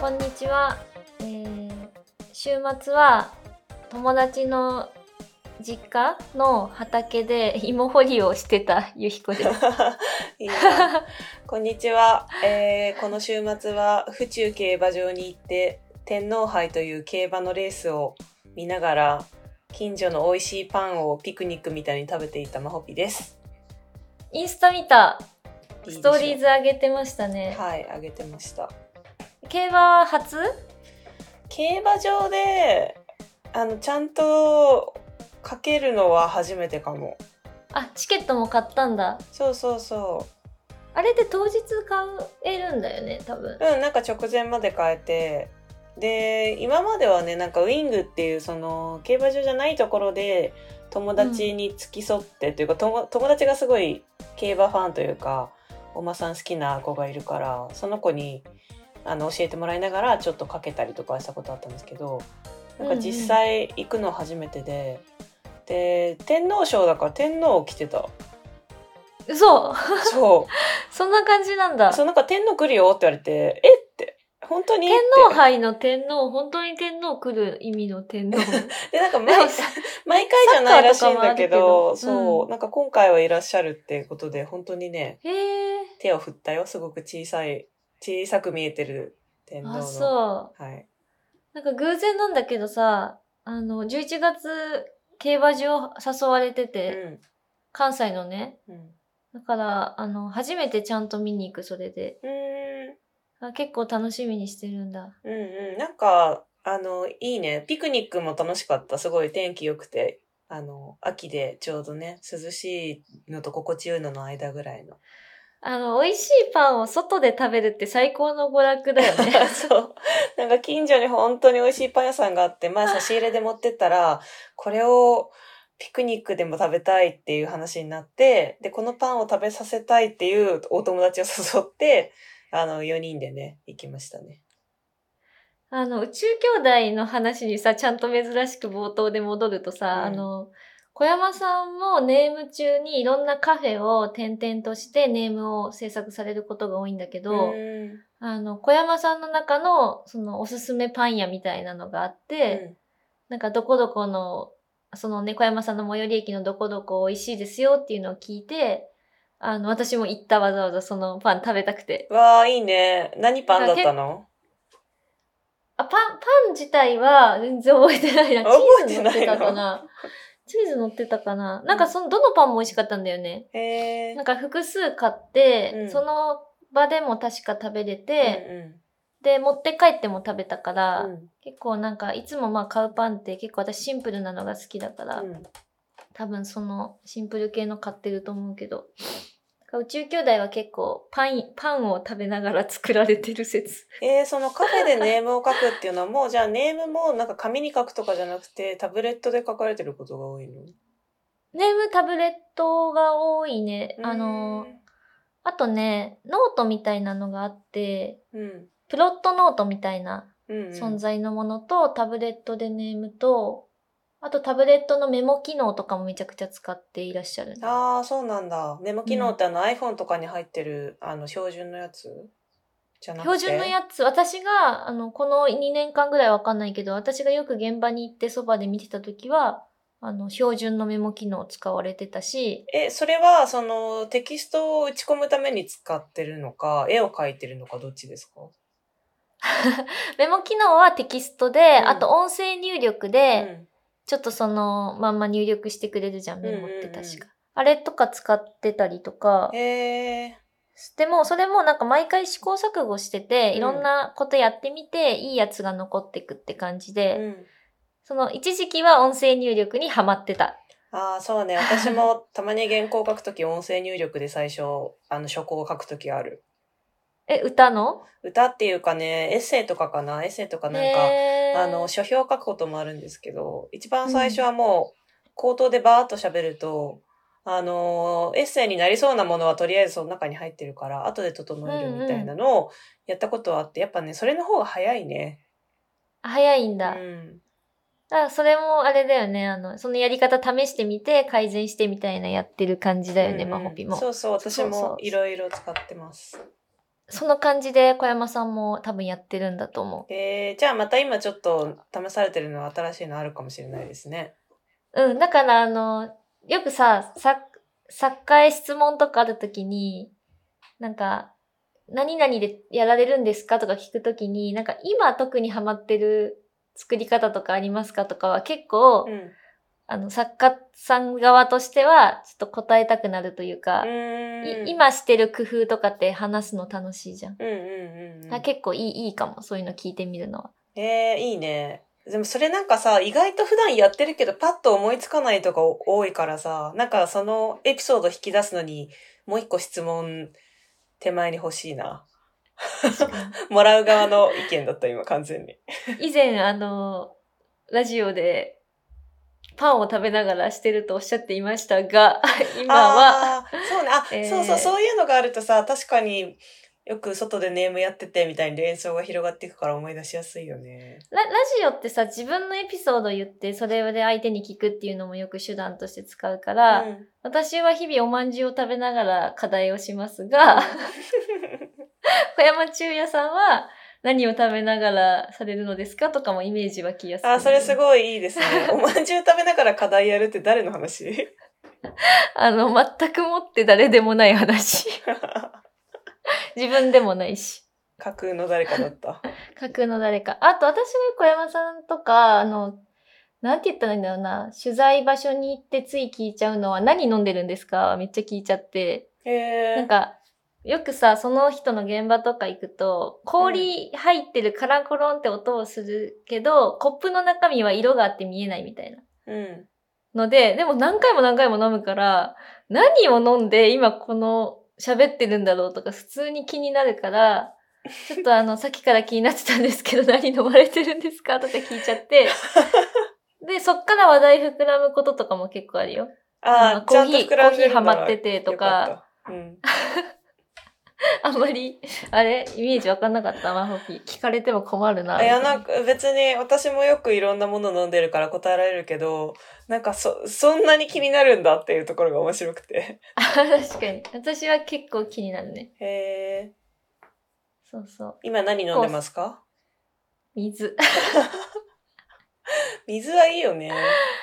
こんにちは、えー週末は友達の実家の畑で芋掘りをしてたゆひこです いいな こんにちは、えーこの週末は府中競馬場に行って天皇杯という競馬のレースを見ながら近所の美味しいパンをピクニックみたいに食べていたまほぴです。インスタ見たいいでしょストーリーズ上げてましたね、はい、あげてました。競馬は初競馬場で、あの、ちゃんとかけるのは初めてかも。あチケットも買ったんだそうそうそあれって当日買えるんだよね多分う。うん、なんか直前まで変えて、で、今まではね、なんかウィングっていう、その、競馬場じゃないところで、友達に付き添って、というか、とも友達がすごい競馬ファンというか、お馬さん好きな子がいるから、その子に、あの、教えてもらいながら、ちょっとかけたりとかしたことあったんですけど、なんか実際行くの初めてで、で、天皇賞だから天皇を着て た。嘘 そう。そんな感じなんだそうなんか天皇来るよって言われて、えって、本当に天って皇杯の天皇本当に天皇来る意味の天皇 で、なん かで毎もさ毎回じゃないらしいんだサッカーけど、とかもあるけどそう、うんなんか今回はいらっしゃるってことで、本当にね、へえ手を振ったよ。すごく小さい、小さく見えてる天皇あの。そうはい。なんか偶然なんだけどさ、あの、11月、競馬場誘われてうて、ん。関西のね。うん。だから、あの、初めてちゃんと見に行く、それで。うーん。あ結構楽しみにしてるんだ。うんうん。なんか、あの、いいね。ピクニックも楽しかった。すごい天気良くて。あの、秋でちょうどね、涼しいのと心地よいのの間ぐらいの。あの、美味しいパンを外で食べるって最高の娯楽だよ ね。そう。なんか近所に本当に美味しいパン屋さんがあって、前差し入れで持ってったら、これをピクニックでも食べたいっていう話になって、で、このパンを食べさせたいっていうお友達を誘って、あの、4人でね、行きましたね。あの、宇宙兄弟の話にさ、ちゃんと珍しく冒頭で戻るとさ、うんあの、小山さんもネーム中にいろんなカフェを転々としてネームを制作されることが多いんだけど、うんあの、小山さんの中の、その、おすすめパン屋みたいなのがあって、なんか、どこどこの、そのね、小山さんの最寄り駅のどこどこ美味しいですよっていうのを聞いて、あの、私も行ったわざわざそのパン食べたくて。うんわあ、いいね。何パンだったのあ、パン、パン自体は全然覚えてないな。チ覚えーズて乗なっいのてたかな。チーズ乗ってたかな。なんか、その、どのパンも美味しかったんだよね。へえなん。か、複数買って、うんその場でも確か食べれて、うんで、持って帰っても食べたから、うん結構なんかいつもまあ買うパンって結構私シンプルなのが好きだから、うん多分そのシンプル系の買ってると思うけどだから宇宙兄弟は結構パンパンを食べながら作られてる説えー、そのカフェでネームを書くっていうのはもうじゃあネームもなんか紙に書くとかじゃなくてタブレットで書かれてることが多いのネームタブレットが多いねあのあとねノートみたいなのがあってうん、プロットノートみたいなうんうん、存在のものと、タブレットでネームとあとタブレットのメモ機能とかもめちゃくちゃ使っていらっしゃるねああそうなんだメモ機能ってあの iPhone とかに入ってるあの標準のやつじゃなく標て準のやつ、私が、あの、この2年間ぐらいわかんないけど、私がよく現場に行ってそばで見てた時は、あの、標準のメモ機能使われてたし、えそれはそのテキストを打ち込むために使ってるのか絵を描いてるのかどっちですか、メモ機能はテキストで、うんあと音声入力うで、ん、ちょっとそのまんま入力してくれるじゃん、メモって確か。うんうんうんあれとか使ってたりとか、えー、でもそれもなんか毎回試行錯誤してて、うんいろんなことやってみて、いいやつが残ってくって感じで、うんその一時期は音声入力にハマってた。ああ、そうね。私もたまに原稿を書くとき、音声入力で最初、あの、書稿を書くときある。え、歌の歌っていうかね、エッセイとかかなエッセイとかなんか、へーあの、書評を書くこともあるんですけど、一番最初はもう、口頭でバーっと喋ると、あのー、エッセイになりそうなものはとりあえずその中に入ってるから、後で整えるみたいなのをやったことはあって、やっぱね、それの方が早いね。早いんうだ。だん。からそれもあれだよね。あの、そのやり方試してみて、改善してみたいなやってる感じだよね、うんまほぴも。そうそう、私そうそうもいろいろ使ってます。その感じで小山さんも多分やってるんだと思えー、じゃあまた今ちょっと試されてるのは新しいのあるかもしれないですね。う。うん、だからあの、よくさ、さ作家へ質問とかあるときに、なんか、何々でやられるんですかとか聞くときに、なんか今特にハマってる作り方とかありますかとかは結構、うん。あの、作家さん側としては、ちょっと答えたくなるというか、ういん、今してる工夫とかって話すの楽しいじゃん。うんうんうんうあん。結構いい、いいかも。そういうの聞いてみるのは。えー、いいね。でもそれなんかさ、意外と普段やってるけどパッと思いつかないとか多いからさ、なんかそのエピソード引き出すのにもう一個質問手前に欲しいな。 もらう側の意見だった今完 全に。以前、あの、ラジオで、パンを食べながらしてるとおっしゃっていましたが、今は、あーそうね。あ、えーそうそう、そういうのがあるとさ、確かによく外でネームやっててみたいに連想が広がっていくから思い出しやすいよね。ララジオってさ、自分のエピソードを言って、それで相手に聞くっていうのもよく手段として使うから、うん私は日々おまんじゅうを食べながら課題をしますが、 小山中也さんは何を食べながらされるのですかとかもイメージはきやすい。あ、それすい。ごいいいですね。おまんじゅう食べながら課題やるって誰の話 あの、全くもって誰でもない話。 自分でもないし。架空の誰かだった。架空の誰か。あと、私が小山さんとか、あの、なんて言ったらいいんだろうな。取材場所に行ってつい聞いちゃうのは何飲んでるんですかめっちゃ聞いちゃって。へ え。なんか、よくさ、その人の現場とか行くと、氷入ってるカラコロンって音をするけど、コップの中身は色があって見えないみたいな。うん。ので、でも何回も何回も飲むから、何を飲んで今この喋ってるんだろうとか普通に気になるから、ちょっとあの、さっきから気になってたんですけど、何飲まれてるんですかとか聞いちゃって。で、そっから話題膨らむこととかも結構あるよ。ああのー、ちコゃーんヒー、と膨コらーんヒでーるハんだマっててとよか、った。うん。 あんまり、あれイメージわかんなかった、マホピー。聞かれても困るな。いや、みたないんか別に私もよくいろんなもの飲んでるから答えられるけど、なんかそ、そんなに気になるんだっていうところが面白くて。な 確かに。私は結構気になるね。へえ。そうそう。今何飲んでますか水。水はいいよね。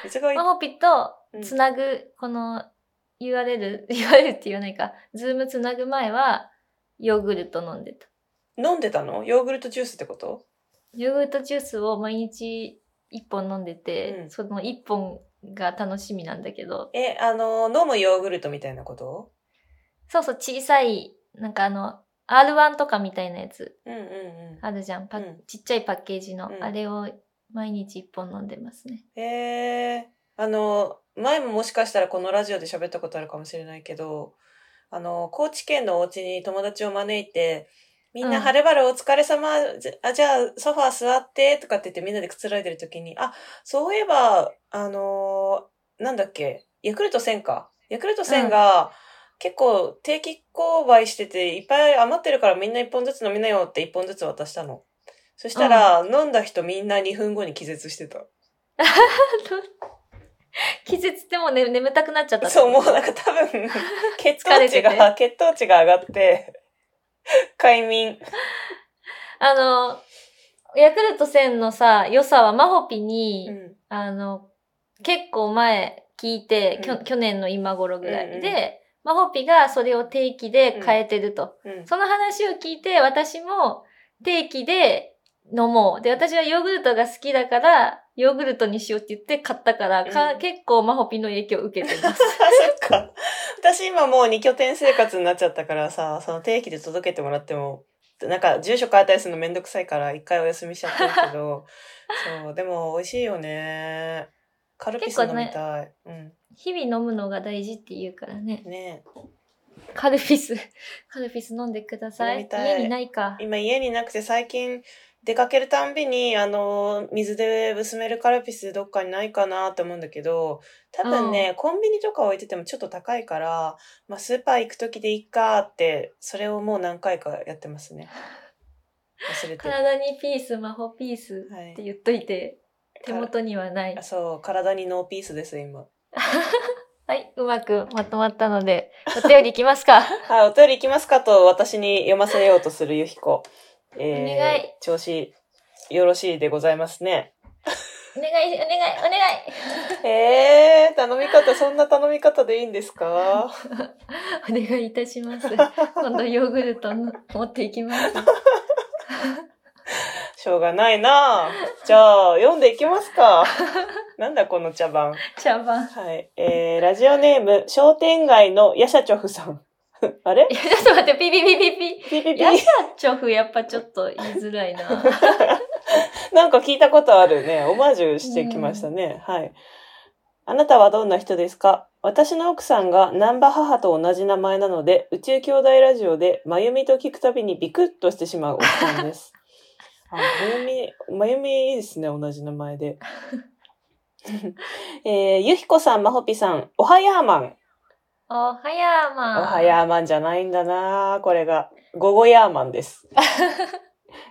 水がいいマ。ホピとうんつなぐ、この URL、URL って言わないか、ズームつなぐ前は、ヨーグルト飲んでた。飲んでたのヨーグルトジュースってことヨーグルトジュースを毎日1本飲んでて、うんその1本が楽しみなんだけど、え、あの、飲むヨーグルトみたいなことそうそう小さい、なんかあの、R1 とかみたいなやつうんうんうあるじゃん。パッうんちっちゃいパッケージの、うんあれを毎日1本飲んでますね。 ん。えー、あの、前ももしかしたらこのラジオで喋ったことあるかもしれないけど、あの、高知県のお家に友達を招いて、みんうなん晴れ晴れお疲れ様、じゃあ、じゃあソファー座ってとかって言ってみんなでくつろいでる時に、あ、そういえば、あのーなんだっけ、ヤクルト1000か。ヤクルト1000が、結構定期購買してて、いっぱい余ってるからみんな1本ずつ飲みなよって1本ずつ渡したの。そしたら、飲んだ人みんな2分後に気絶してた。気絶ってもうね、眠たくなっちゃった。 そう、もうなんか多分、疲血糖れ値ててが、血糖値が上がって、快眠。あの、ヤクルト1000のさ、良さはマホピに、うん。あの、結構前聞いて、きょうん去年の今頃ぐらい、うんうんで、マホピがそれを定期で変えてると。うん。その話を聞いて、私も定期で飲もう。で、私はヨーグルトが好きだから、ヨーグルトにしようって言って買ったから、かうん結構マホピの影響を受けてまあす。 そっか。私今もう二拠点生活になっちゃったからさ、その定期で届けてもらっても、なんか住所変えたりするのめんどくさいから一回お休みしちゃってるけど、そう、でも美味しいよね。カルピス飲みたい。 日々飲むのが大事って言うからねうん。。ね カルピス、 カルピス飲んでくださ飲みい。たい家にないか。今家になくて最近出かけるたんびに、あの、水で薄めるカルピスどっかにないかなと思うんだけど、多分ね、コンビニとか置いててもちょっと高いから、まあスーパー行く時でいいかって、それをもう何回かやってま すね。忘れてる。体にピース、魔法ピースって言っといて、手元にはないあ。そう、体にノーピースです、今。はい、うまくまとまったので、お便りいきます か。はい、お便りいきますかと私に読ませようとするゆひこ。えお願い調子よろしいでございますね。お願い、お願い、お願い。えー、頼み方、そんな頼み方でいいんですかお願いいたします。今度ヨーグルトの持っていきます。しょうがないなじゃあ、読んでいきますか。なんだこの茶番。茶番。はい。えー、ラジオネーム、商店街のヤシャチョフさん。 あれいや、ちょっと待って、ピピピピピピピ。ヤピシャチョフやっぱちょっと言いづらいな。なんか聞いたことあるね。オマージュしてきましたね。はい。あなたはどんな人ですか私の奥さんが南波母と同じ名前なので、宇宙兄弟ラジオで、まゆみと聞くたびにビクッとしてしまうおじさんです。あ、まゆみ、まゆみいいですね。同じ名前で。えー、ゆひこさん、まほぴさん、おはやーマン。おはやーまおはやーマンじゃないんだなこれが。ゴゴヤーマンです。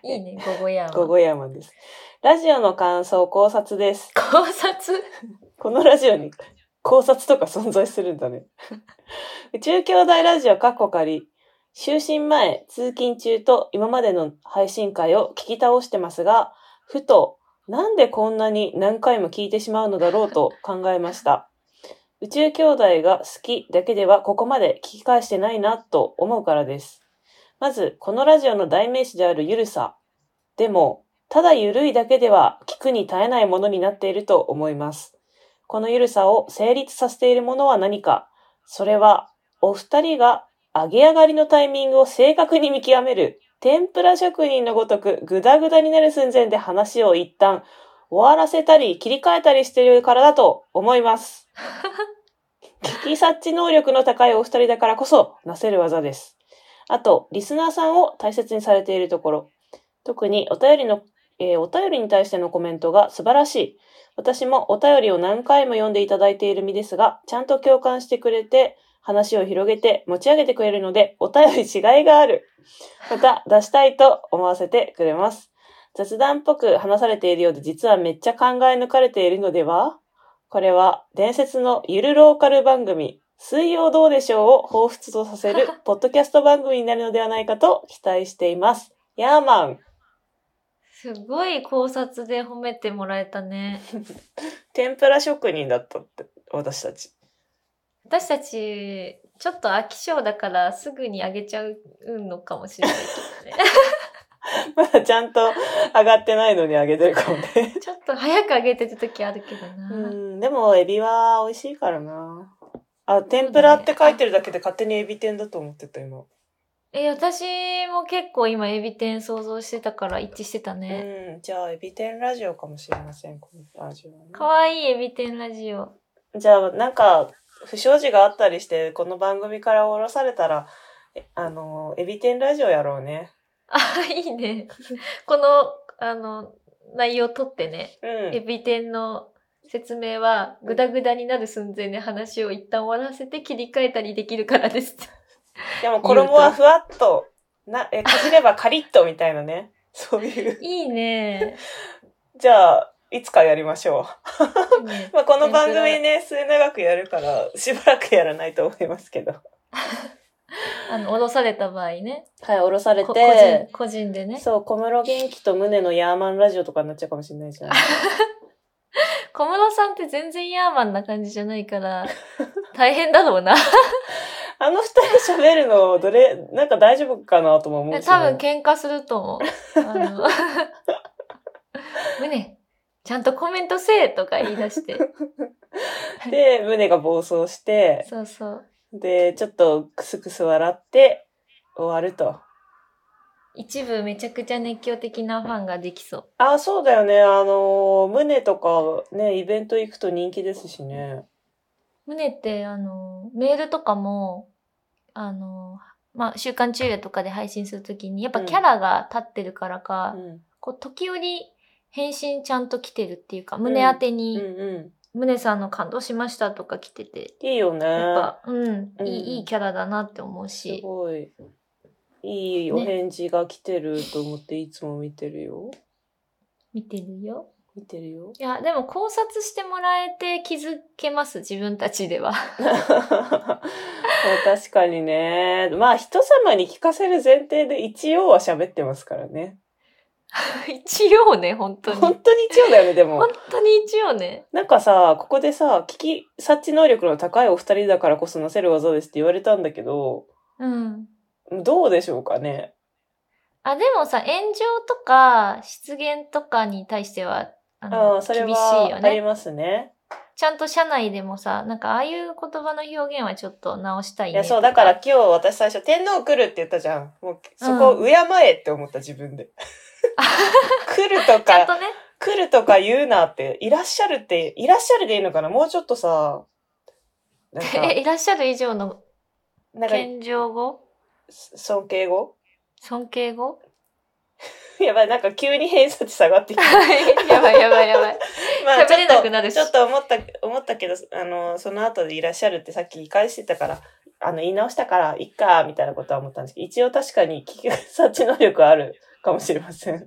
いいね、ゴゴヤーマン。ゴゴヤーマンです。ラジオの感想考察です。考察このラジオに考察とか存在するんだね。宇宙兄弟ラジオかっこ仮。就寝前、通勤中と今までの配信会を聞き倒してますが、ふと、なんでこんなに何回も聞いてしまうのだろうと考えました。宇宙兄弟が好きだけではここまで聞き返してないなと思うからです。まず、このラジオの代名詞であるゆるさ。でも、ただゆるいだけでは聞くに耐えないものになっていると思います。このゆるさを成立させているものは何かそれは、お二人が揚げ上がりのタイミングを正確に見極める、天ぷら職人のごとくグダグダになる寸前で話を一旦終わらせたり切り替えたりしているからだと思います。聞き察知能力の高いお二人だからこそなせる技です。あと、リスナーさんを大切にされているところ。特にお便りの、えーお便りに対してのコメントが素晴らしい。私もお便りを何回も読んでいただいている身ですが、ちゃんと共感してくれて、話を広げて持ち上げてくれるので、お便り違いがある。また出したいと思わせてくれます。雑談っぽく話されているようで、実はめっちゃ考え抜かれているのではこれは伝説のゆるローカル番組、水曜どうでしょうを彷彿とさせ る、ポッドキャスト番組になるのではないかと期待しています。ヤーマン、すごい考察で褒めてもらえたね。天ぷら職人だったって、私たち。 私たち、ちょっと飽き性だからすぐにあげちゃうのかもしれないけどね。まだちゃんと上がってないのに上げてるかもね。ちょっと早くあげてた時あるけどな。うん、でもエビは美味しいからな。あ、天ぷらって書いてるだけで勝手にエビ天だと思ってた今。え、私も結構今エビ天想像してたから一致してたうね。ん、じゃあエビ天ラジオかもしれません、このラジオはねかわいいエビ天ラジオ。じゃあなんか、不祥事があったりして、この番組から降ろされたら、えあの、エビ天ラジオやろうね。あ、いい ね。この、あの、内容取ってね。うエん。ビ天の説明は、グダグダになる寸前で話を一旦終わらせて切り替えたりできるからです。でも衣はふわっと、な、え、かじればカリッとみたいなね。 そう いう。いいね。じゃあ、いつかやりましょいう。いねまあ、この番組ね、末長くやるから、しばらくやらないと思いますけど。はあの、降ろされた場合ね。い、降ろされこ個人、個人でね。そう、小室元気と胸のヤーマンラジオとかになっちゃうかもしれない じゃん。小室さんって全然ヤーマンな感じじゃないから、大変だろうな。あの二人喋るの、どれ、なんか大丈夫かなとも思うし、ね。多分喧嘩すると思う。あの 胸、ちゃんとコメントせえとか言い出 して。で、胸が暴走して、そうそう。で、ちょっとクスクス笑って、終わると。一部めちゃくちゃ熱狂的なファンができそあ、そうだよね。あのー、胸とかね、イベント行くと人気ですしね。う。胸って、あの、メールとかも、あの、まあ、週刊中夜とかで配信するときに、やっぱキャラが立ってるからうか、ん。こう、時折、返信ちゃんと来てるっていうか、胸宛てうんに、う胸さんの感動しましたとか来てて、ん。いいよね。やっぱ、うん、うんいい、いいキャラだなって思うすし。ごい。いいお返事が来てると思っていつも見てるよ。見てるよ。見てる よいや、でも考察してもらえて気づけます、自分たちで は。そう確かにねまあ人様に聞かせる前提で一応は喋ってますからね一応ね、本当に。本当に一応だよねでも本当に一応ね。なんかさここでさ聞き察知能力の高いお二人だからこそなせる技ですって言われたんだけどうん。どうでしょうかねあ、でもさ、炎上とか、失言とかに対しては、ああの、あそれ厳しいはよありね。ますねちゃんと社内でもさ、なんかああいう言葉の表現はちょっと直したいね。いやそうだから今日私最初天皇来るって言ったじゃんもうそこを敬えって思った 自分で、来るとちゃんかとね、来るとか言うなっていらっしゃるっていらっしゃるでいいのかなもうちょっとさなんか え、いらっしゃる以上のなんか謙譲語尊敬語 尊敬語 やばいなんか急に偏差値下がってきたやばいやばいやばい。 まあち喋ょれなっくとなるしちょ。っと思った思ったけどあのその後でいらっしゃるってさっき言い返してたからあの言い直したからいっかみたいなことは思ったんですけど一応確かに聞き察知能力はあるかもしれま せんいや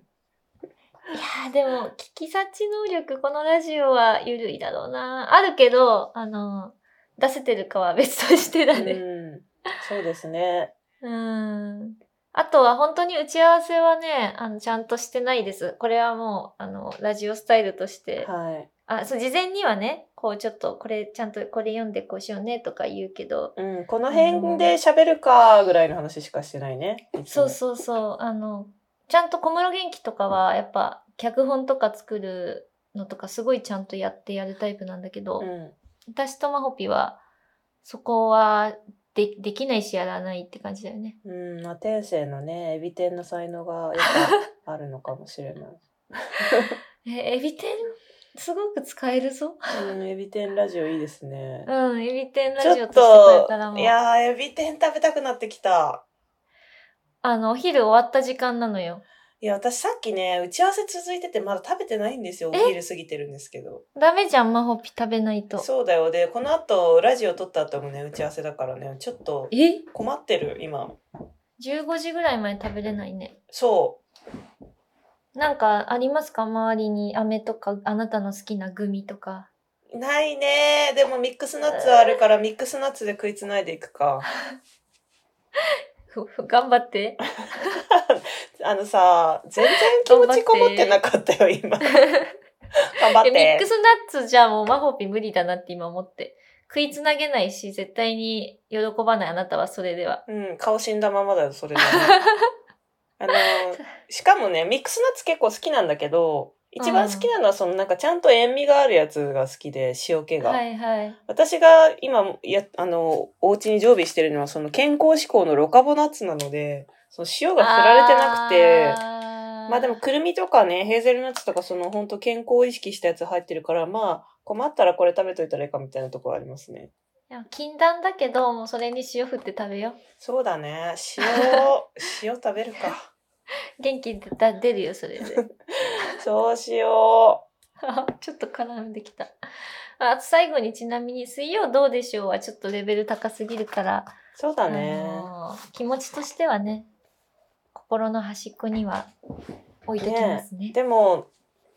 ーでも、聞き察知能力、このラジオは緩いだろうな。あるけど、あの、出せてるかは別としてだね。うん、そうですね。うん。あとは本当に打ち合わせはね、あの、ちゃんとしてないです。これはもう、あの、ラジオスタイルとして。はあ、そう、事前にはね、こうちょっと、これ、ちゃんとこれ読んでこうしようねとか言うけど、い。うん、この辺で喋るかぐらいの話しかしてないね。いつそもうそうそう、あの、ちゃんと小室元気とかは、やっぱ、脚本とか作るのとか、すごいちゃんとやってやるタイプなんだけど、うん。私とまほぴは、そこはで、できないしやらないって感じだよね。うん、まあ天性のね、エビ天の才能がやっぱあるのかもしれ ない。え、エビ天、すごく使えるぞ。うん、エビ天ラジオいいですね。うん、エビ天ラちジょオっとしてくれとたら、もうい、やー、エビ天食べたくなってきた。あの、お昼終わった時間なのよ。いや、私さっきね、打ち合わせ続いててまだ食べてないんですよ。おえ昼過ぎてるんですけど。ダメじゃん、まほぴ食べないと。そうだよ。で、この後、ラジオ撮った後もね、打ち合わせだからね、ちょっとえ困ってる、今。 ?15 時ぐらいまで食べれないね。そう。なんかありますか周りに飴とか、あなたの好きなグミとか。ないねでもミックスナッツはあるからミックスナッツで食いつないでいくかふふ頑張って。あのさ全然気持ちこもってなかったよ 今頑張っえミックてスナッツじゃもうまほぴ無理だなって今思って。食いつなげないし、絶対に喜ばないあなたはそれでは。うん顔死んだままだ よそれじゃねあのしかもねミックスナッツ結構好きなんだけど一番好きなのはそのなんかちゃんと塩味があるやつが好きで塩気が、はいはい。私が今やあのお家に常備してるのはその健康志向のロカボナッツなのでその塩が振られてなくてあーまあでも、くるみとかね、ヘーゼルナッツとか、その本当健康を意識したやつ入ってるから、まあ、困ったらこれ食べといたらいいかみたいなところありますね。いや禁断だけど、もうそれに塩振って食べよう。そうだね。塩、塩食べるか。元気出た出るよ、 それで。そうしよあちょっと絡んできた。あ最後にちなみに、水曜どうでしょうはちょっとレベル高すぎるから、う。そうだあね。のー気持ちとしてはね、心の端っこには置いときますね。でも、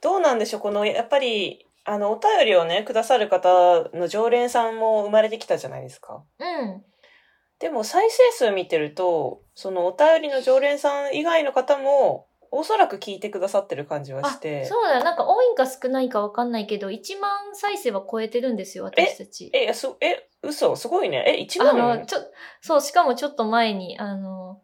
どうなんでしょうこの、やっぱり、あの、お便りをね、くださる方の常連さんも生まれてきたじゃないですか。うん。でも、再生数見てると、そのお便りの常連さん以外の方も、おそらく聞いてくださってる感じはあ、そしうて。だよ。なんか多いんか少ないかわかんないけど、1万再生は超えてるんですよ、私たち。え、す、え、嘘すごいね。え、1あ万の、ちょ、そう、しかもちょっと前に、あの、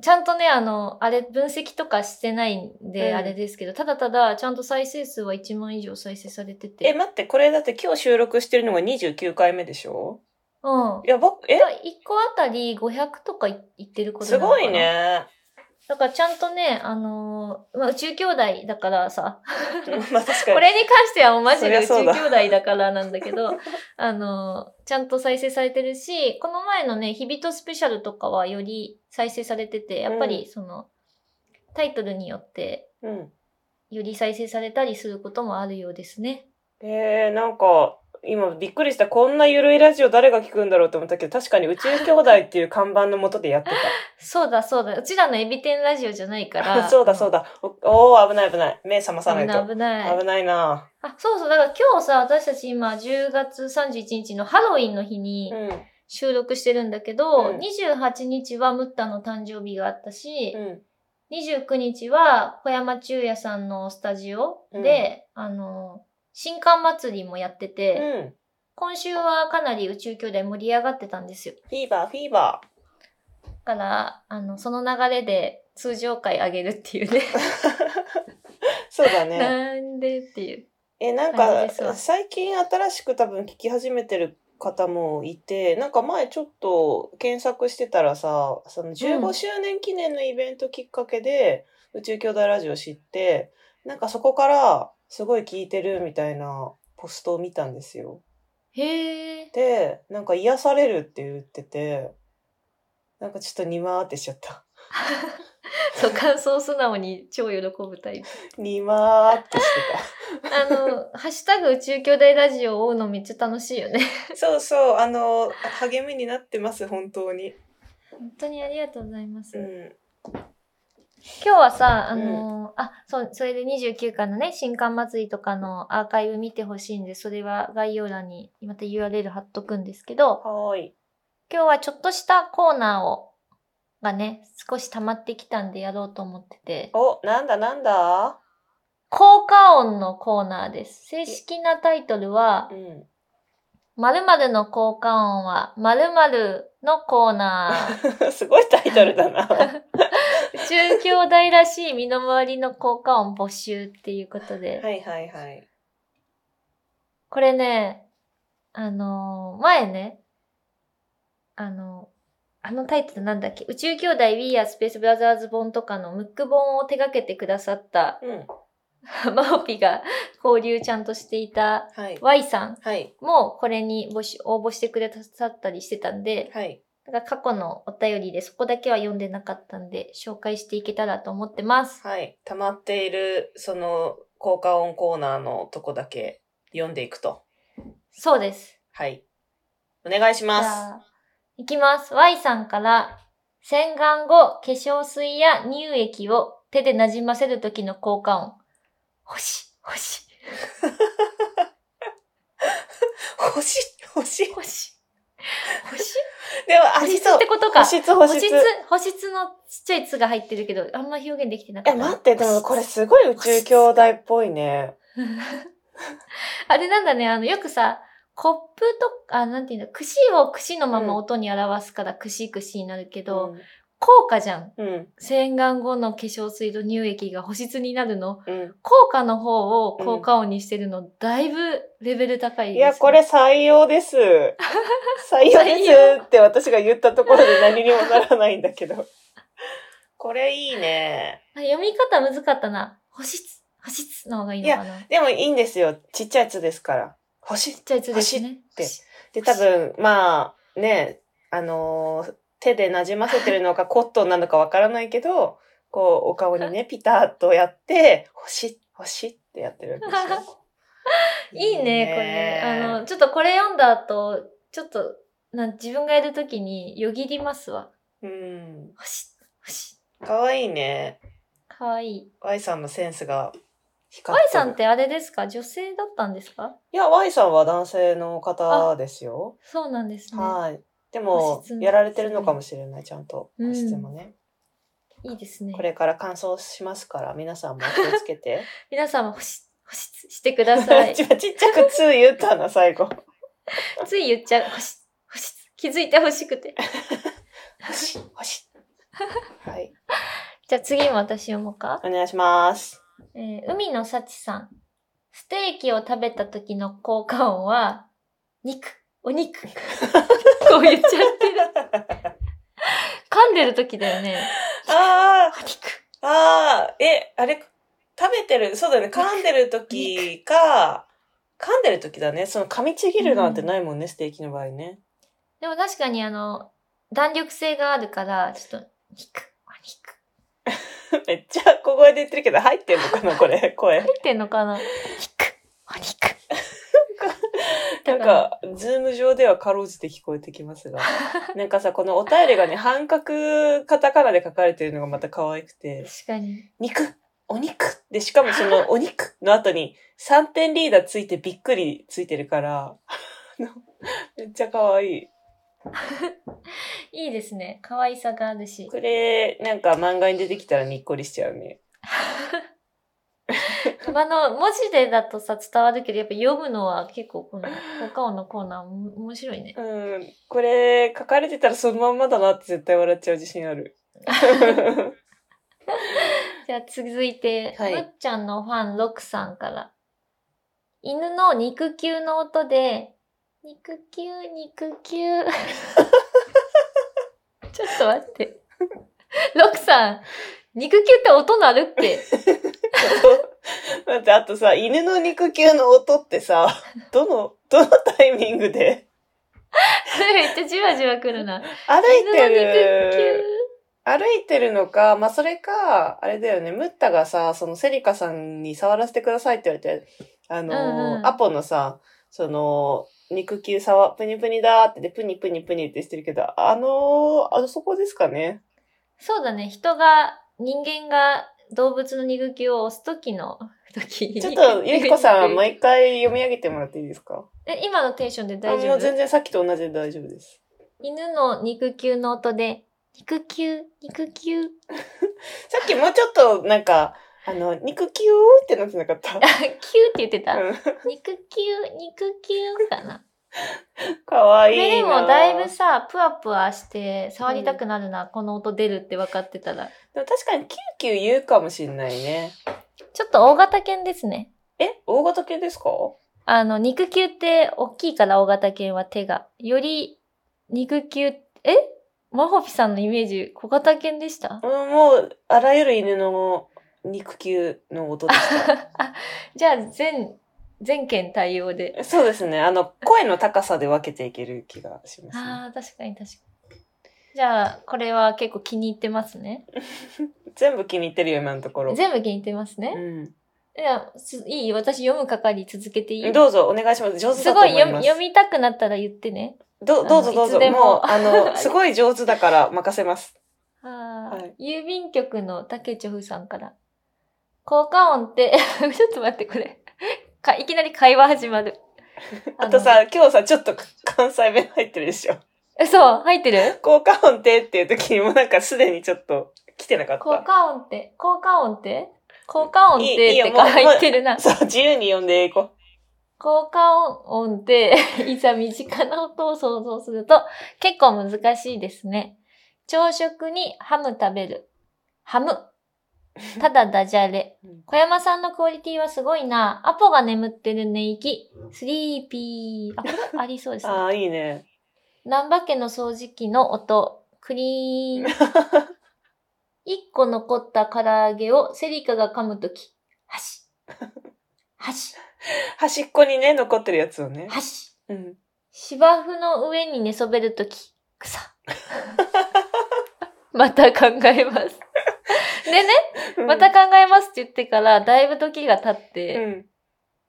ちゃんとね、あの、あれ、分析とかしてないんで、うんあれですけど、ただただ、ちゃんと再生数は1万以上再生されてえ、て。待って、これだって今日収録してるのが29回目でしょうん。やば、え1、個あたり500とかいいってることすなのご。かないね。 だからちゃんとね、あのーまあ、宇宙兄弟だからさ、まあ確か こに。れに関してはもうマジで宇宙そり兄ゃそ弟だからなんだけど、 あのーちゃんと再生されてるし、この前のね、日々とスペシャルとかはより再生されてて、やっぱりその、タイトルによって、うん。より再生されたりすることもあるようですね。えー、なんか、今びっくりした。こんなゆるいラジオ誰が聞くんだろうと思ったけど、確かに宇宙兄弟っていう看板のもとでやってそうだそうだ。うちらのエビ天ラジオじゃない かた。ら。 そうだそうだ。だ。おおー危ない危ない。目覚まさな危いないと。危ない危。ないなあ、そうそう。だから今日さ、私たち今10月31日のハロウィンの日にうん。収録してるんだけど、うん28日はムッタの誕生日があったし、うん。 29日は小山中也さんのスタジオで、あの、新刊祭りもやってて、うん。今週はかなり宇宙兄弟盛り上がってたんですよ。フィーバー、フィーバだから、あの、その流れで通常回あげるって いうね。ー。そうだね。なんでっていう。え、なん感かじですわ、最近新しく多分聞き始めてる方もいて、なんか前ちょっと検索してたらさ、そのう15ん周年記念のイベントきっかけで、宇宙兄弟ラジオ知って、なんかそこからすごい聞いてるみたいなポストを見たんですよ。へえ。で、なんか癒されるって言ってて、なんかちょっとにまーってしちゃった。 そう、感想素直に超喜ぶタイプ。にまーってしてた。あの、ハッシュタグ宇宙兄弟ラジオを追うのめっちゃ楽しいよね。 そうそう、あの、励みになってます、本当に。本当にありがとうございます。うん。今日はさ、あのーあ、そう、それで29巻のね、新刊祭りとかのアーカイブ見てほしいんで、それは概要欄にまた URL 貼っとくんですけど、はーい。今日はちょっとしたコーナーを、がね、少し溜まってきたんでやろうと思ってて、お、なんだなんだ効果音のコーナーです。正式なタイトルはう、ん。 〇〇の効果音は〇〇のコーナー。 すごいタイトル だな。宇宙兄弟らしい身の回りの効果音募集っていうことで、はいはいはい。これね、あのー前ね、あのあのタイトルなんだっけ宇宙兄弟 We Are Space Brothers 本とかのムック本を手掛けてくださった、 うん。マオピが交流ちゃんとしていたはい。 Y さんはい。もこれに募集応募してくださったりしてたんで、はい。なんか過去のお便りでそこだけは読んでなかったんで、紹介していけたらと思ってます。はい。溜まっている、その、効果音コーナーのとこだけ読んでいくと。そうです。はい。お願いしまじす。ゃあ、いきます。Y さんから、洗顔後、化粧水や乳液を手でなじませる時の効果音。ほし、ほし、保湿、保湿。ほし。ほしでも、あ保り湿そっうて。こと保か。湿、保保湿湿。、保湿のちっちゃい「つ」が入ってるけど、あんま表現できてなかっえ、た。待って、でもこれすごい宇宙兄弟っぽいね。 あれなんだね、あの、よくさ、コップとか、あなんていうの、串を串のまま音に表すから、串串になるけど、効果じゃん。うん。うん。洗顔後の化粧水と乳液が保湿になるの。うん。効果の方を効果音にしてるの、だいぶレベル高いです、いや、これ。採用 です。採用ですって私が言ったところで何にもならないんだけ ど。これいいね。あ読み方難かったな。保湿、保湿の方がいいのかな。ちっでもいいんですよ。ちっちゃいやつですから。星ちゃいやつですね。保湿で多分、まあ、ね、あのー手でなじませてるのかコットンなのかわからないけど、こう、お顔 にね、ピタッとやって、星、星ってやってるわけですよ いいね、これ。あの、ちょっとこれ読んだ後、ちょっと、なん自分がやるときによぎりますわ。うん。保湿、保湿。かわいいね。かわいい。 Y さんのセンスが光 Y さんってる。てあれですか女性だったんですかいや、Y さんは男性の方ですよ。そうなんですね。はい。で保も湿、もやられてるのかもしれない、ちゃんと。うん保湿もね。いいですねこ。れから乾燥しますから、皆さんも気をつけて。皆さんも保湿、保湿してくだ さい。 ちっちゃく2言ったな、最後。つい言っちゃう。保湿、保湿。気づいてほしくて。星、星。はい。じゃあ次も私読もうか。お願いします。えー海の幸さん。ステーキを食べた時の効果音は、肉、お肉。こう言っちゃってる。噛んでる時だよね。あおー、肉。あー、え、あれ、食べてる、そうだよね、噛んでる時か、噛んでる時だね。その噛みちぎるなんてないもんね、ステーキの場合ね。でも確かにあの、弾力性があるから、ちょっと、肉、お肉。めっちゃ小声で言ってるけど入っ てんのかなこれ声入ってんのかな肉、お肉。なんか、ズーム上ではかろうじて聞こえてきます が。なんかさ、このお便りがね、半角カタカナで書かれてるのがまた可愛くて、確かに。肉お肉で、しかもそ のお肉の後に3点リーダーついてびっくりついてるから、あのめっちゃ可愛い。いいですね。可愛さがあるし。これ、なんか漫画に出てきたらにっこりしちゃうね。あの、文字でだとさ、伝わるけど、やっぱ読むのは結構この、効果音のコーナーも面白いね。うん。これ、書かれてたらそのまんまだなって絶対笑っちゃう自信あ る。 じゃあ続いて、はいむっちゃんのファン6さんから。犬の肉球の音で、肉球、肉 球。ちょっと待って。6さん、肉球って音鳴るっけ だってあとさ、犬の肉球の音っ てさ、どの、どのタイミングでめっちゃじわじわくる な。歩いて犬の肉る、歩いてるのか、まあ、それか、あれだよね、ムッタがさ、そのセリカさんに触らせてくださいって言われて、あの、うんうんアポのさ、その、肉球さわ、プニプニだーってで、プニプニプニってしてるけど、あのーあそこですかね。球。そうだね、人が、人間が動物の肉球を押す時の時に。ちょ っと、ゆきこさ肉ん、球毎回読み上げてもらっていいですかえ、今のテンションで大あ丈もう夫全然さっきと同じで大丈夫です。犬の肉球の音で、肉球、肉球。さっきもうちょっと、なんか、あの、肉球ってなってなかっあた。キューって言ってた。うん肉球、肉球かな。かわこいいなれー。でもだいぶさ、ぷわぷわして、触りたくなるな、この音出るって分かってたら。でも確かにキューキュー言うかもしんないね。ちょっと大型犬ですね。え大型犬ですかあの、肉球って大きいから大型犬は手が。より、肉球、えマホピさんのイメージ、小型犬でした うん、もう、あらゆる犬の肉球の音でした。じゃあ、全、全犬対応 で。そうですね。あの、声の高さで分けていける気がします、ね。ああ、確かに確かに。じゃあ、これは結構気に入ってますね。全部気に入ってるよ、今のところ。全部気に入ってますね。ういや、すいい私読む係続けていいん、どうぞ、お願いします。上手すだとご思いいます。読み読みたくなったら言ってね。どどうぞあのどういつぞ。でももう、あの、すごい上手だから任せます。あーはい。郵便局の竹チョフさんから。効果音って、 ちょっと待って、これか。いきなり会話始まる あとさ、今日さ、ちょっと関西弁入ってるでしょ。の。そう、入ってる効果音ってっていう時にもなんかすでにちょっと来てなかっ効た。果音って、効果音って効果音っいていいいよってかもう入ってるな。そう、自由に呼んでいこう。効果音音って、 いざ身近な音を想像すると結構難しいですね。朝食にハム食べる。ハム。ただダジャレうん。小山さんのクオリティはすごいな。アポが眠ってる寝息。スリーピー。あ、これありそうですね。 ああ、いいね。難波家の掃除機の音。クリーン。一個残った唐揚げをセリカが噛むとき。箸。箸。端っこにね、残ってるやつをね。箸。うん。芝生の上に寝そべるとき、草。 また考え ます。でね、また考えますって言ってから、だいぶ時が経っうて、ん。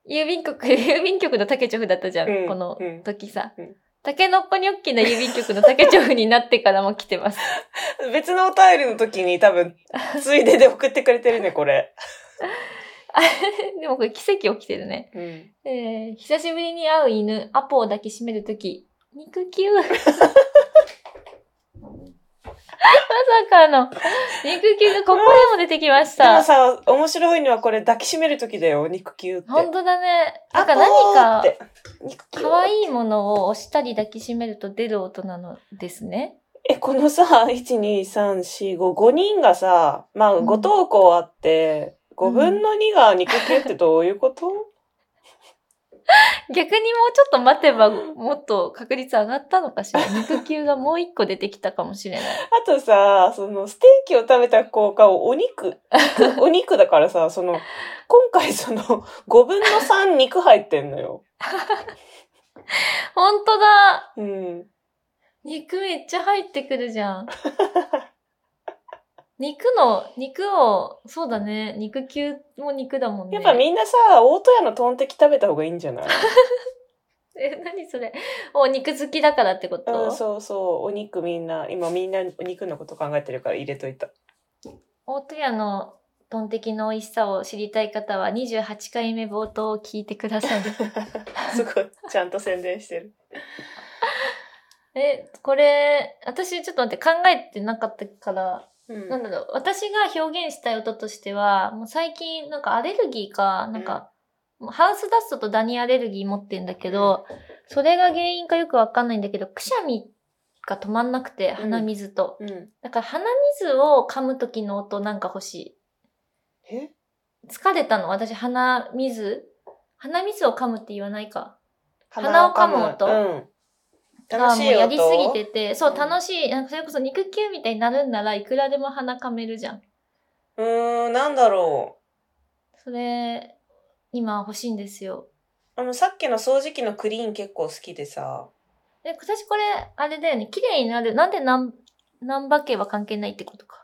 郵便局、 郵便局の竹チョフだったじゃん、うんこのうん時さ。うん竹のっこにょっきな郵便局の竹チョフになってからも来てます。 別のお便りの時に多分、ついでで送ってくれてるね、これ。あでもこれ奇跡起きてるね。うん。えー久しぶりに会う犬、アポを抱きしめるとき、肉球。まさかの、肉球がここでも出てきましでもた。さ、面白いのはこれ抱きしめる時だよ、肉球って。本当だね。なんかあポーっ何か、て肉球。可愛いものを押したり抱きしめると出る音なのですね。え、このさ、1、2、3、4、5、5人がさ、まあ、うん5投稿あって、5分の2が肉球ってどういうこと、逆にもうちょっと待てば、もっと確率上がったのかしら。肉球がもう一個出てきたかも しれない。あとさ、そのステーキを食べた効果をお肉、 肉お肉だからさ、その、今回その、5分の3肉入ってんのよ。本当だうん。肉めっちゃ入ってくるじゃん。 肉の、肉を、そうだね。肉球も肉だもんね。やっぱみんなさ、大戸屋のトンテキ食べた方がいいんじゃないえ、何それ。お肉好きだからってこと、うん、そうそうお肉みんな今みんなお肉のこと考えてるから入れとい た大戸屋のトンテキの美味しさを知りたい方は28回目冒頭を聞いてくださ い。すごいちゃんと宣伝してるえ、これ、私ちょっと待って、考えてなかったから、うんなんだろう、私が表現したい音としては、もう最近なんかアレルギーか、なんか、もうハウスダストとダニアレルギー持ってんだけど、それが原因かよくわかんないんだけど、くしゃみが止まんなくて、鼻水と。うんだから鼻水を噛む時の音なんか欲しい。え疲れたの私鼻水鼻水を噛むって言わないか鼻を噛む鼻を噛む音うん、楽しいがもう音やりすぎててそううん楽しいなんかそれこそ肉球みたいになるんならいくらでも鼻噛めるじゃんうーんなんだろそれ今欲しいんですようあのさっきの掃除機のクリーン結構好きでさで私これあれだよね綺麗になるなんでなん難波系は関係ないってことか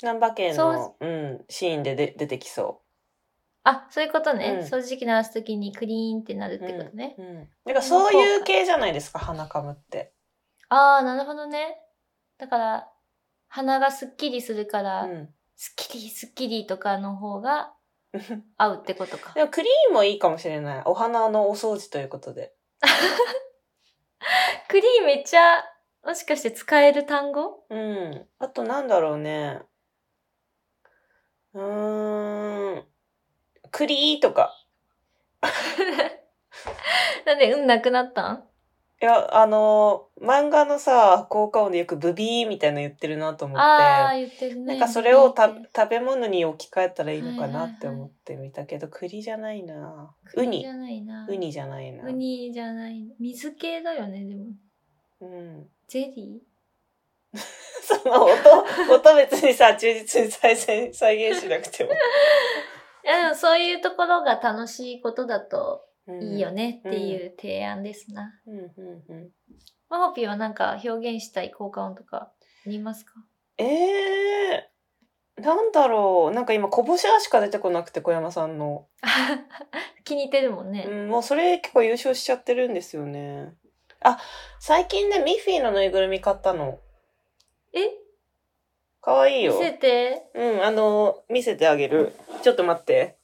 難波県のう、ん、シーンでで出てきそあそういうことね、うん掃除機鳴らす時にクリーンってなるってことね、う、うん、だからそういう系じゃないですか鼻噛むって、ああなるほどねだから鼻がすっきりするから、うん、 すっきりすっきりとかの方が合うってことかでもクリーンもいいかもしれないお花のお掃除ということでクリーンめっちゃ、もしかして使える単語うん。あとなんだろうね。うーん。栗とか。なんで運なくなったんいや、あの、漫画のさ、効果音でよくブビーみたいなの言ってるなと思ああ、って。言ってるね。なんかそれをた言ってる食べ物に置き換えたらいいのかはないはいはいって思ってみたけど、栗じゃないな。ウ国ニじ。ゃないな。ウ。ニじゃないな。ウニじゃない。水系だよね、でも。うん。ゼリそ の音、音別にさ、忠実に再現再現しなくても。ーいや、でもそういうところが楽しいことだとうん いいよ。ねっていう提案ですな。うんうんうん。マホピーはなんか表現したい効果音とかありますか ええなんだろう。なんか今、こぼしあしか出てこなくて、小山さんの。気に入ってるもんうね。ん、もうそれ結構優勝しちゃってるんですよね。あ、最近ね、ミッフィーのぬいぐるみ買ったの。えかわいい見よ。せて。うん、あの、見せてあげる。ちょっと待って。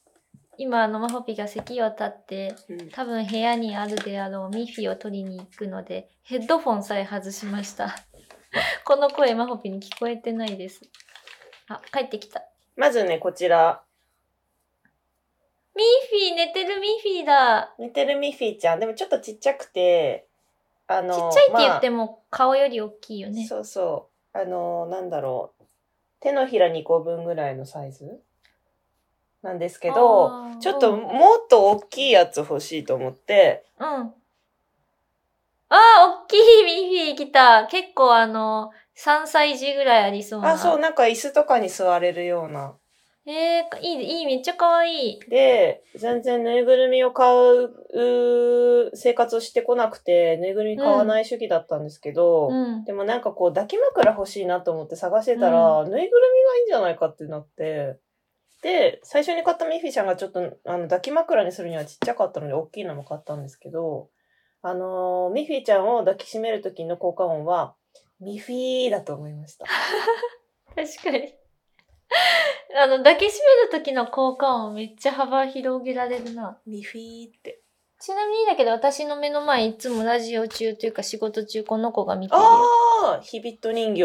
今、あの、マホピーが席を立って、うん多分部屋にあるであろうミッフィーを取りに行くのでヘッドフォンさえ外しました この声マホピに聞こえてないですあ帰ってきたまずね、こちら。ミッフィー寝てるミッフィーだ寝てるミッフィーちゃん。でもちょっとちっちゃくて、あちっの、ちゃいって言ってもも顔より大きいよね、そうそう。あの、なんだろう。手のひら2個分ぐらいのサイズなんですけど、あーちょっともっと大きいやつ欲しいと思って、うんあー大きいミッフィー来た結構あの3歳児ぐらいありそうなあ、そう、なんか椅子とかに座れるような。えー、いいいいめっちゃ可愛いで、全然ぬいぐるみを買ううー生活をしてこなくて、ぬいぐるみ買わない主義だったんですけど、うんでもなんかこう抱き枕欲しいなと思って探してたら、ぬいぐるみがいいんじゃないかってなって、で、最初に買ったミッフィーちゃんがちょっとあの抱き枕にするにはちっちゃかったので大きいのも買ったんですけど、あのーミッフィーちゃんを抱きしめる時の効果音は、ミフィーだと思いました。確かに。 あの、抱きしめる時の効果音めっちゃ幅広げられるな。ミフィーって。ちなみにだけど私の目の前いつもラジオ中というか仕事中この子が見てるよ。ああヒビット人形。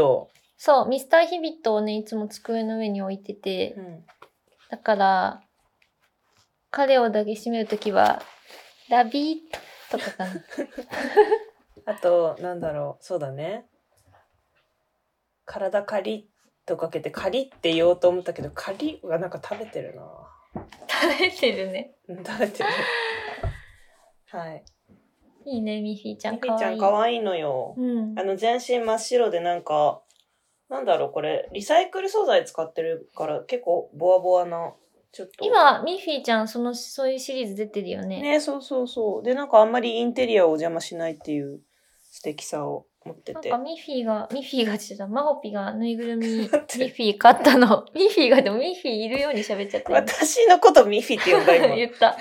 そう、ミスターヒビットをね、いつも机の上に置いてて、ん。だから、彼を抱きしめる時は、ラビートとかか な。あと、なんだろう、そうだね。体カリッとかけて、カリって言おうと思ったけど、カリはなんか食べてるな。 食べてるね。うん食べてる。 はい。いいね、ミフィちゃん。みきちゃんか可わいい。愛いのよ。うんあ。の、全身真っ白でなんか、なんだろう、これ、リサイクル素材使ってるから、結構ボワボワな、ちょっと。今、ミフィちゃん、その、そういうシリーズ出てるよね。ね、そうそうそう。で、なんかあんまりインテリアをお邪魔しないっていう素敵さを持ってなんて。かミッフィーが、ミッフィーがちょっと、マホピがぬいぐるみ、 ミッフってィー買ったの。 ミッフィーがでもミッフィーいるように喋っちゃった。 私のことミフィって呼んだ今。言った。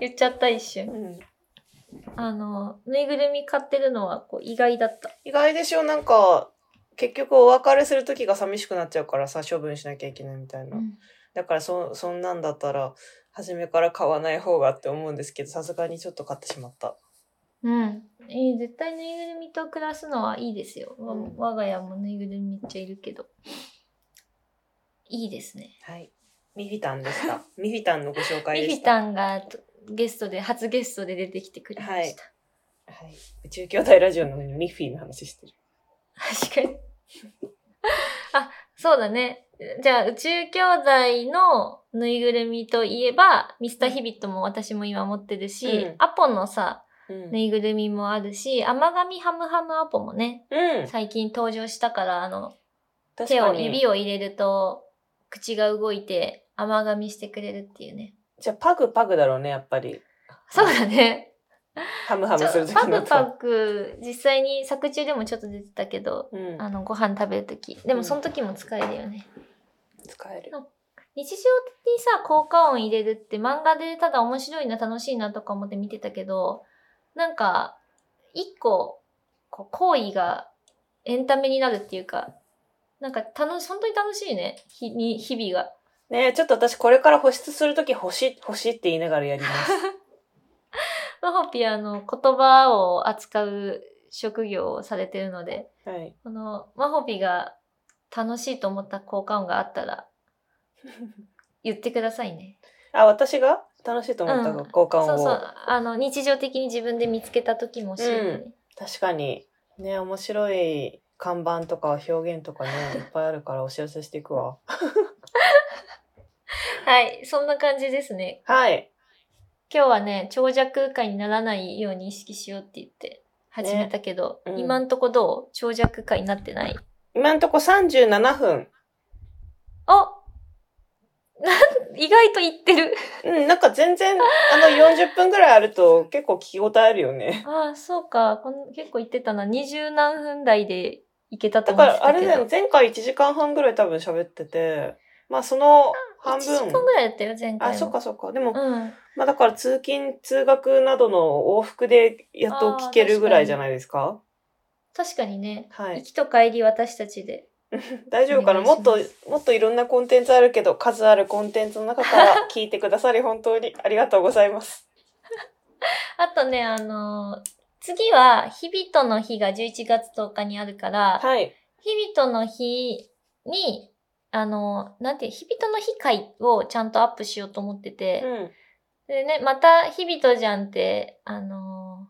言っちゃった一瞬。うんあの、ぬいぐるみ買ってるのはこう意外だった。意外でしょなんか結局お別れする時が寂しくなっちゃうからさ処分しなきゃいけないみたいな、だからそそんなんだったら初めから買わない方がって思うんですけどさすがにちょっと買ってしまったうん。えー絶対ぬいぐるみと暮らすのはいいですよ。わうん我が家もぬいぐるみめっちゃいるけど。いいですね。はいミフィタンでした ミフィタンのご紹介ミフでィしたタンがゲストで、初ゲストで出てきてくれました。はい、宇宙兄弟ラジオのミフィの話してる確かに。 あ、そうだね。じゃあ、宇宙兄弟のぬいぐるみといえば、ミスターヒビットも私も今持ってるし、うんアポのさ、うんぬいぐるみもあるし、甘神ハムハムアポもね、うん、最近登場したから、あの、確手かを、に指を入れると、口が動いて甘噛みしてくれるっていうね。じゃあパグパグだろうねやっぱり そうだね。ハムハちムょする時パのクパク、実際に作中でもちょっと出てたけど、うんあの、ご飯食べるとき。でも、その時も疲れるよね。使える日常にさ効果音入れるって漫画でただ面白いな楽しいなとか思って見てたけどなんか一個こう行為がエンタメになるっていうかなんか楽し本当に楽しいね日に日々がねえちょっと私これから保湿する時星星って言いながらやります マホピアの言葉を扱う職業をされてるのではい。このマホピが楽しいと思った効果音があったら言ってくださいねあ、私が楽しいと思ったうん交換を。そうそうあの日常的に自分で見つけた時も教えてね、う確かに。ね、面白い看板とか表現と かね、いっぱいあるからお知らせしていくわ。はい、そんな感じですね。はい。今日はね、長尺空間にならないように意識しようって言って始めたけど、ねうん今んとこどう長尺空間になってない。今んとこ37分。あなん意外と言ってる。うん、なんか全然、あの40分ぐらいあると結構聞き応えあるよね。ああ、そうかこん。結構言ってたな。二十何分台でいけたとだ思かってらあたけれど。だよね、前回1時間半ぐらい多分喋ってて、まあその半1時分。間ぐらいだったよ、前回あ、も。そっかそっか。でうも、ん。まあだから通勤、通学などの往復でやっと聞けるぐらいじゃないですか確かにね。はい行。きと帰り私たちで。大丈夫かなおも願いっしとまもっといろんなコンテンツあるけど数あるコンテンツの中 から聞いてくださり本当にありがとうございます。あとね、あのー次は、日々との日が11月10日にあるから、はい。日々との日に、あの、なんていう、日々との日会をちゃんとアップしようと思ってて、うん。でね、また日々とじゃんって、あの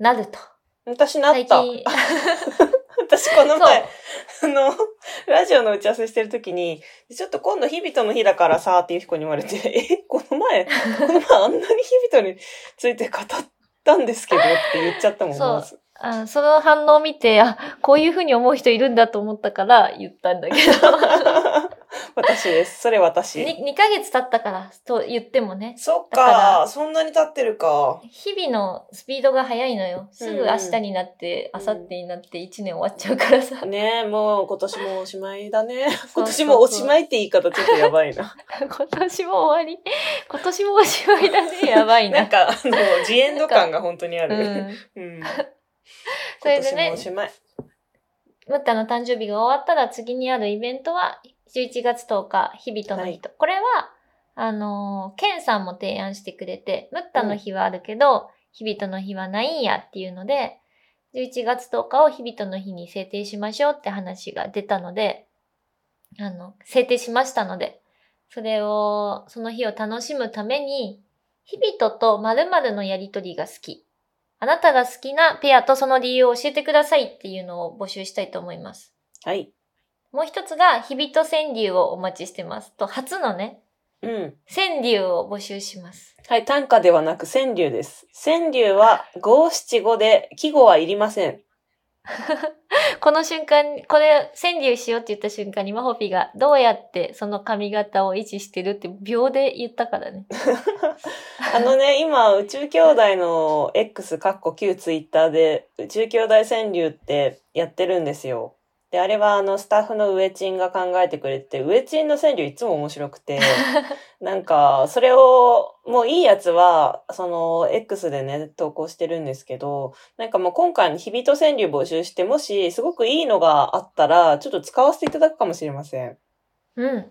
ーなると。私なった。 私この前、あの、ラジオの打ち合わせしてる時に、ちょっと今度日々との日だからさっていう彦に言われて、 え、この前、この前あんなに日々とについて語ったんですけどって言っちゃったもん、そうまず あその反応を見て、あ、こういうふうに思う人いるんだと思ったから言ったんだけ ど。私です。それ私。 2, ヶ月経ったから、と言ってもね。そっだからそんなに経ってるか。日々のスピードが速いのよ。すぐ明日になって、うん明後日になって1年終わっちゃうからさ。 ねえ、もう今年もおしまいだね。そ今うそうそう年もおしまいって言い方ちょっとやばいな。今年も終わり。今年もおしまいだ ね。やばいなんな。か、あの、ジエンド感が本当にあうる。ん うん。それで今年もねお、しまい。ムッタの誕生日が終わったら次にあるイベントは、11月10日、日々との日と。これは、あのーケンさんも提案してくれて、ムッタの日はあるけど、日々との日はないんやっていうので、11月10日を日々との日に制定しましょうって話が出たので、あの、制定しましたので、それを、その日を楽しむために、日々とと〇〇のやりとりが好き。あなたが好きなペアとその理由を教えてくださいっていうのを募集したいと思います。はい。もう一つが、日々と川柳をお待ちしてます。と、初のね、うん。川柳を募集します。はい、短歌ではなく川柳です。川柳は五七五で、季語はいりません。この瞬間、これ、川柳しようって言った瞬間に、マホピがどうやってその髪型を維持してるって秒で言ったからね。あのね、今、宇宙兄弟の X かっこ Q ツイッターで、宇宙兄弟川柳ってやってるんですよ。で、あれはあのスタッフの上チンが考えてくれて、上チンの川柳いつも面白くて、なんか、それを、もういいやつは、その、X でね、投稿してるんですけど、なんかもう今回の日々と川柳募集して、もし、すごくいいのがあったら、ちょっと使わせていただくかもしれません。うん。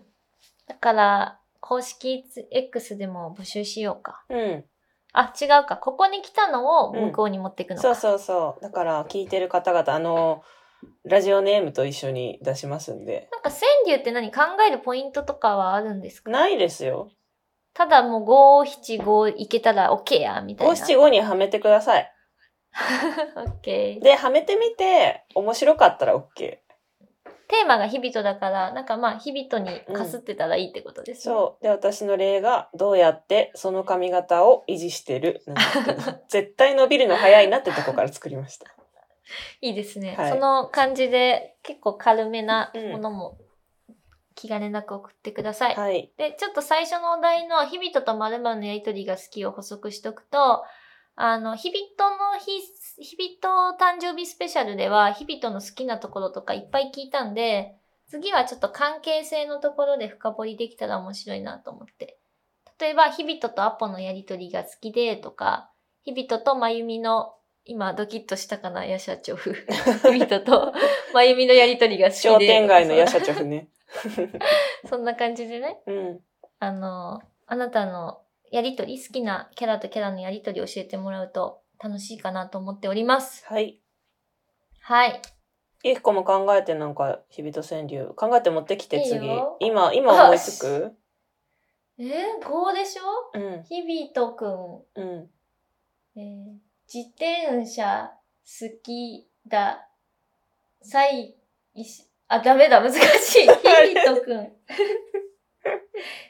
だから、公式 X でも募集しようか。うん。あ、違うか。ここに来たのを向こうに持っていくのか。そうそうそう。だから、聞いてる方々、あの、ラジオネームと一緒に出しますんで。なんか川柳って何考えるポイントとかはあるんですかないですよ。ただもう五七五いけたら OK や、みたいな。五七五にはめてください。 OK。テで、はめてみて、面白かったら OK。ーマが日々とだから、なんかまあ日々とにかすってたらいいってことですね。そう。で、私の例が、どうやってその髪型を維持してるなんですけ ど絶対伸びるの早いなってとこから作りました。いいですね。はいその感じで結構軽めなものも気兼ねなく送ってください。はい。で、ちょっと最初のお題の、日々とと〇〇のやりとりが好きを補足しとくと、あの、日々との日、日々と誕生日スペシャルでは、日々との好きなところとかいっぱい聞いたんで、次はちょっと関係性のところで深掘りできたら面白いなと思って。例えば、日々ととアポのやりとりが好きで、とか、日々ととまゆみの、今ドキッとしたかな、ヤシャチョ フ。日々ととまゆみのやりとりが好きで。商店街のヤシャチョフね。そんな感じでね。うん。あの、あなたのやりとり、好きなキャラとキャラのやりとり教えてもらうと楽しいかなと思っております。はい。はい。ゆきこも考えてなんか、日々と川柳。考えて持ってきて、いい次。よ今、今思いつくえー、5でしょうん。日々とくうん。ん、えー自転車好きだ。最、いしあ、ダメだ、難しい。日々とくん。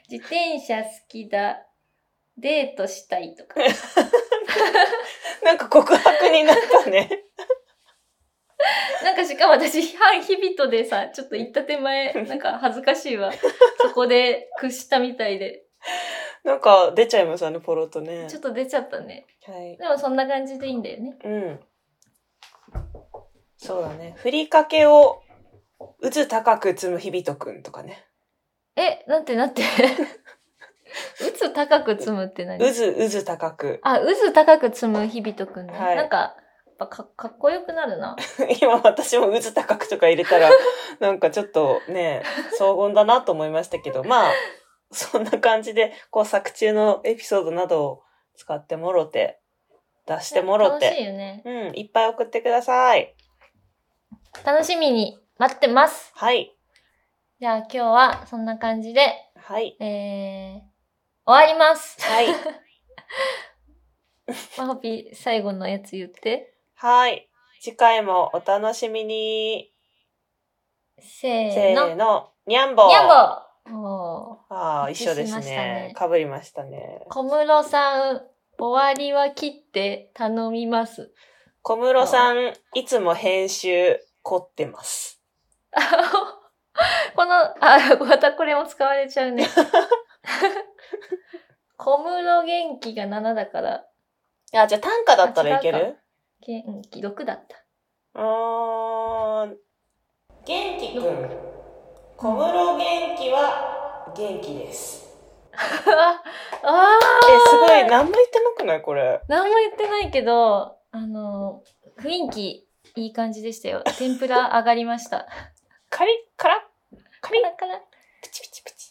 自転車好きだ。デートしたいとか。 なんか告白になったね。 なんかしかも私、反日々とでさ、ちょっと行った手前、なんか恥ずかしい わ。そこで屈したみたいで。なんか出ちゃいます、あのポロッとねちょ。っと出ちゃったね。はい。でもそんな感じでいいんだよね。うん。そうだね。ふりかけを、うつ高く積む日々とくんとかね。え、なんてなん て。渦高く積むって何うずうず高く。 あ、渦高く積む日々とくんね。はいなんか、やっぱかかっこよくなるな。今私もうず高くとか入れ たら、なんかちょっとね、荘厳だなと思いましたけど、まあ、そんな感じで、こう作中のエピソードなどを使ってもろて、出してもろ、楽していよね。うん、いっぱい送ってください。楽しみに待ってます。はい。じゃあ今日はそんな感じで、はい。えー、終わります。 はい。マホピ、最後のやつ言って。はい。次回もお楽しみに。せせーの。ーの。にゃんぼニャンボおああ、一緒です一致しましたねね。かぶりましたね。ー小室さん、終わりは切って頼みます。 小室さん、いつも編集凝ってます。あこの、あ、またこれも使われちゃうね。 小室元気が7だから、あ、じゃあ短歌だったらいけあ違うる元気6だった。 うーん。元気くん。小室元気は元気です。ああえ、すごい。何も言ってなくないこれ。何も言ってないけど、あの、雰囲気、いい感じでした よ。天ぷら上がりました。カリッ、カラッ、カリッ、だから、プチプチプチ。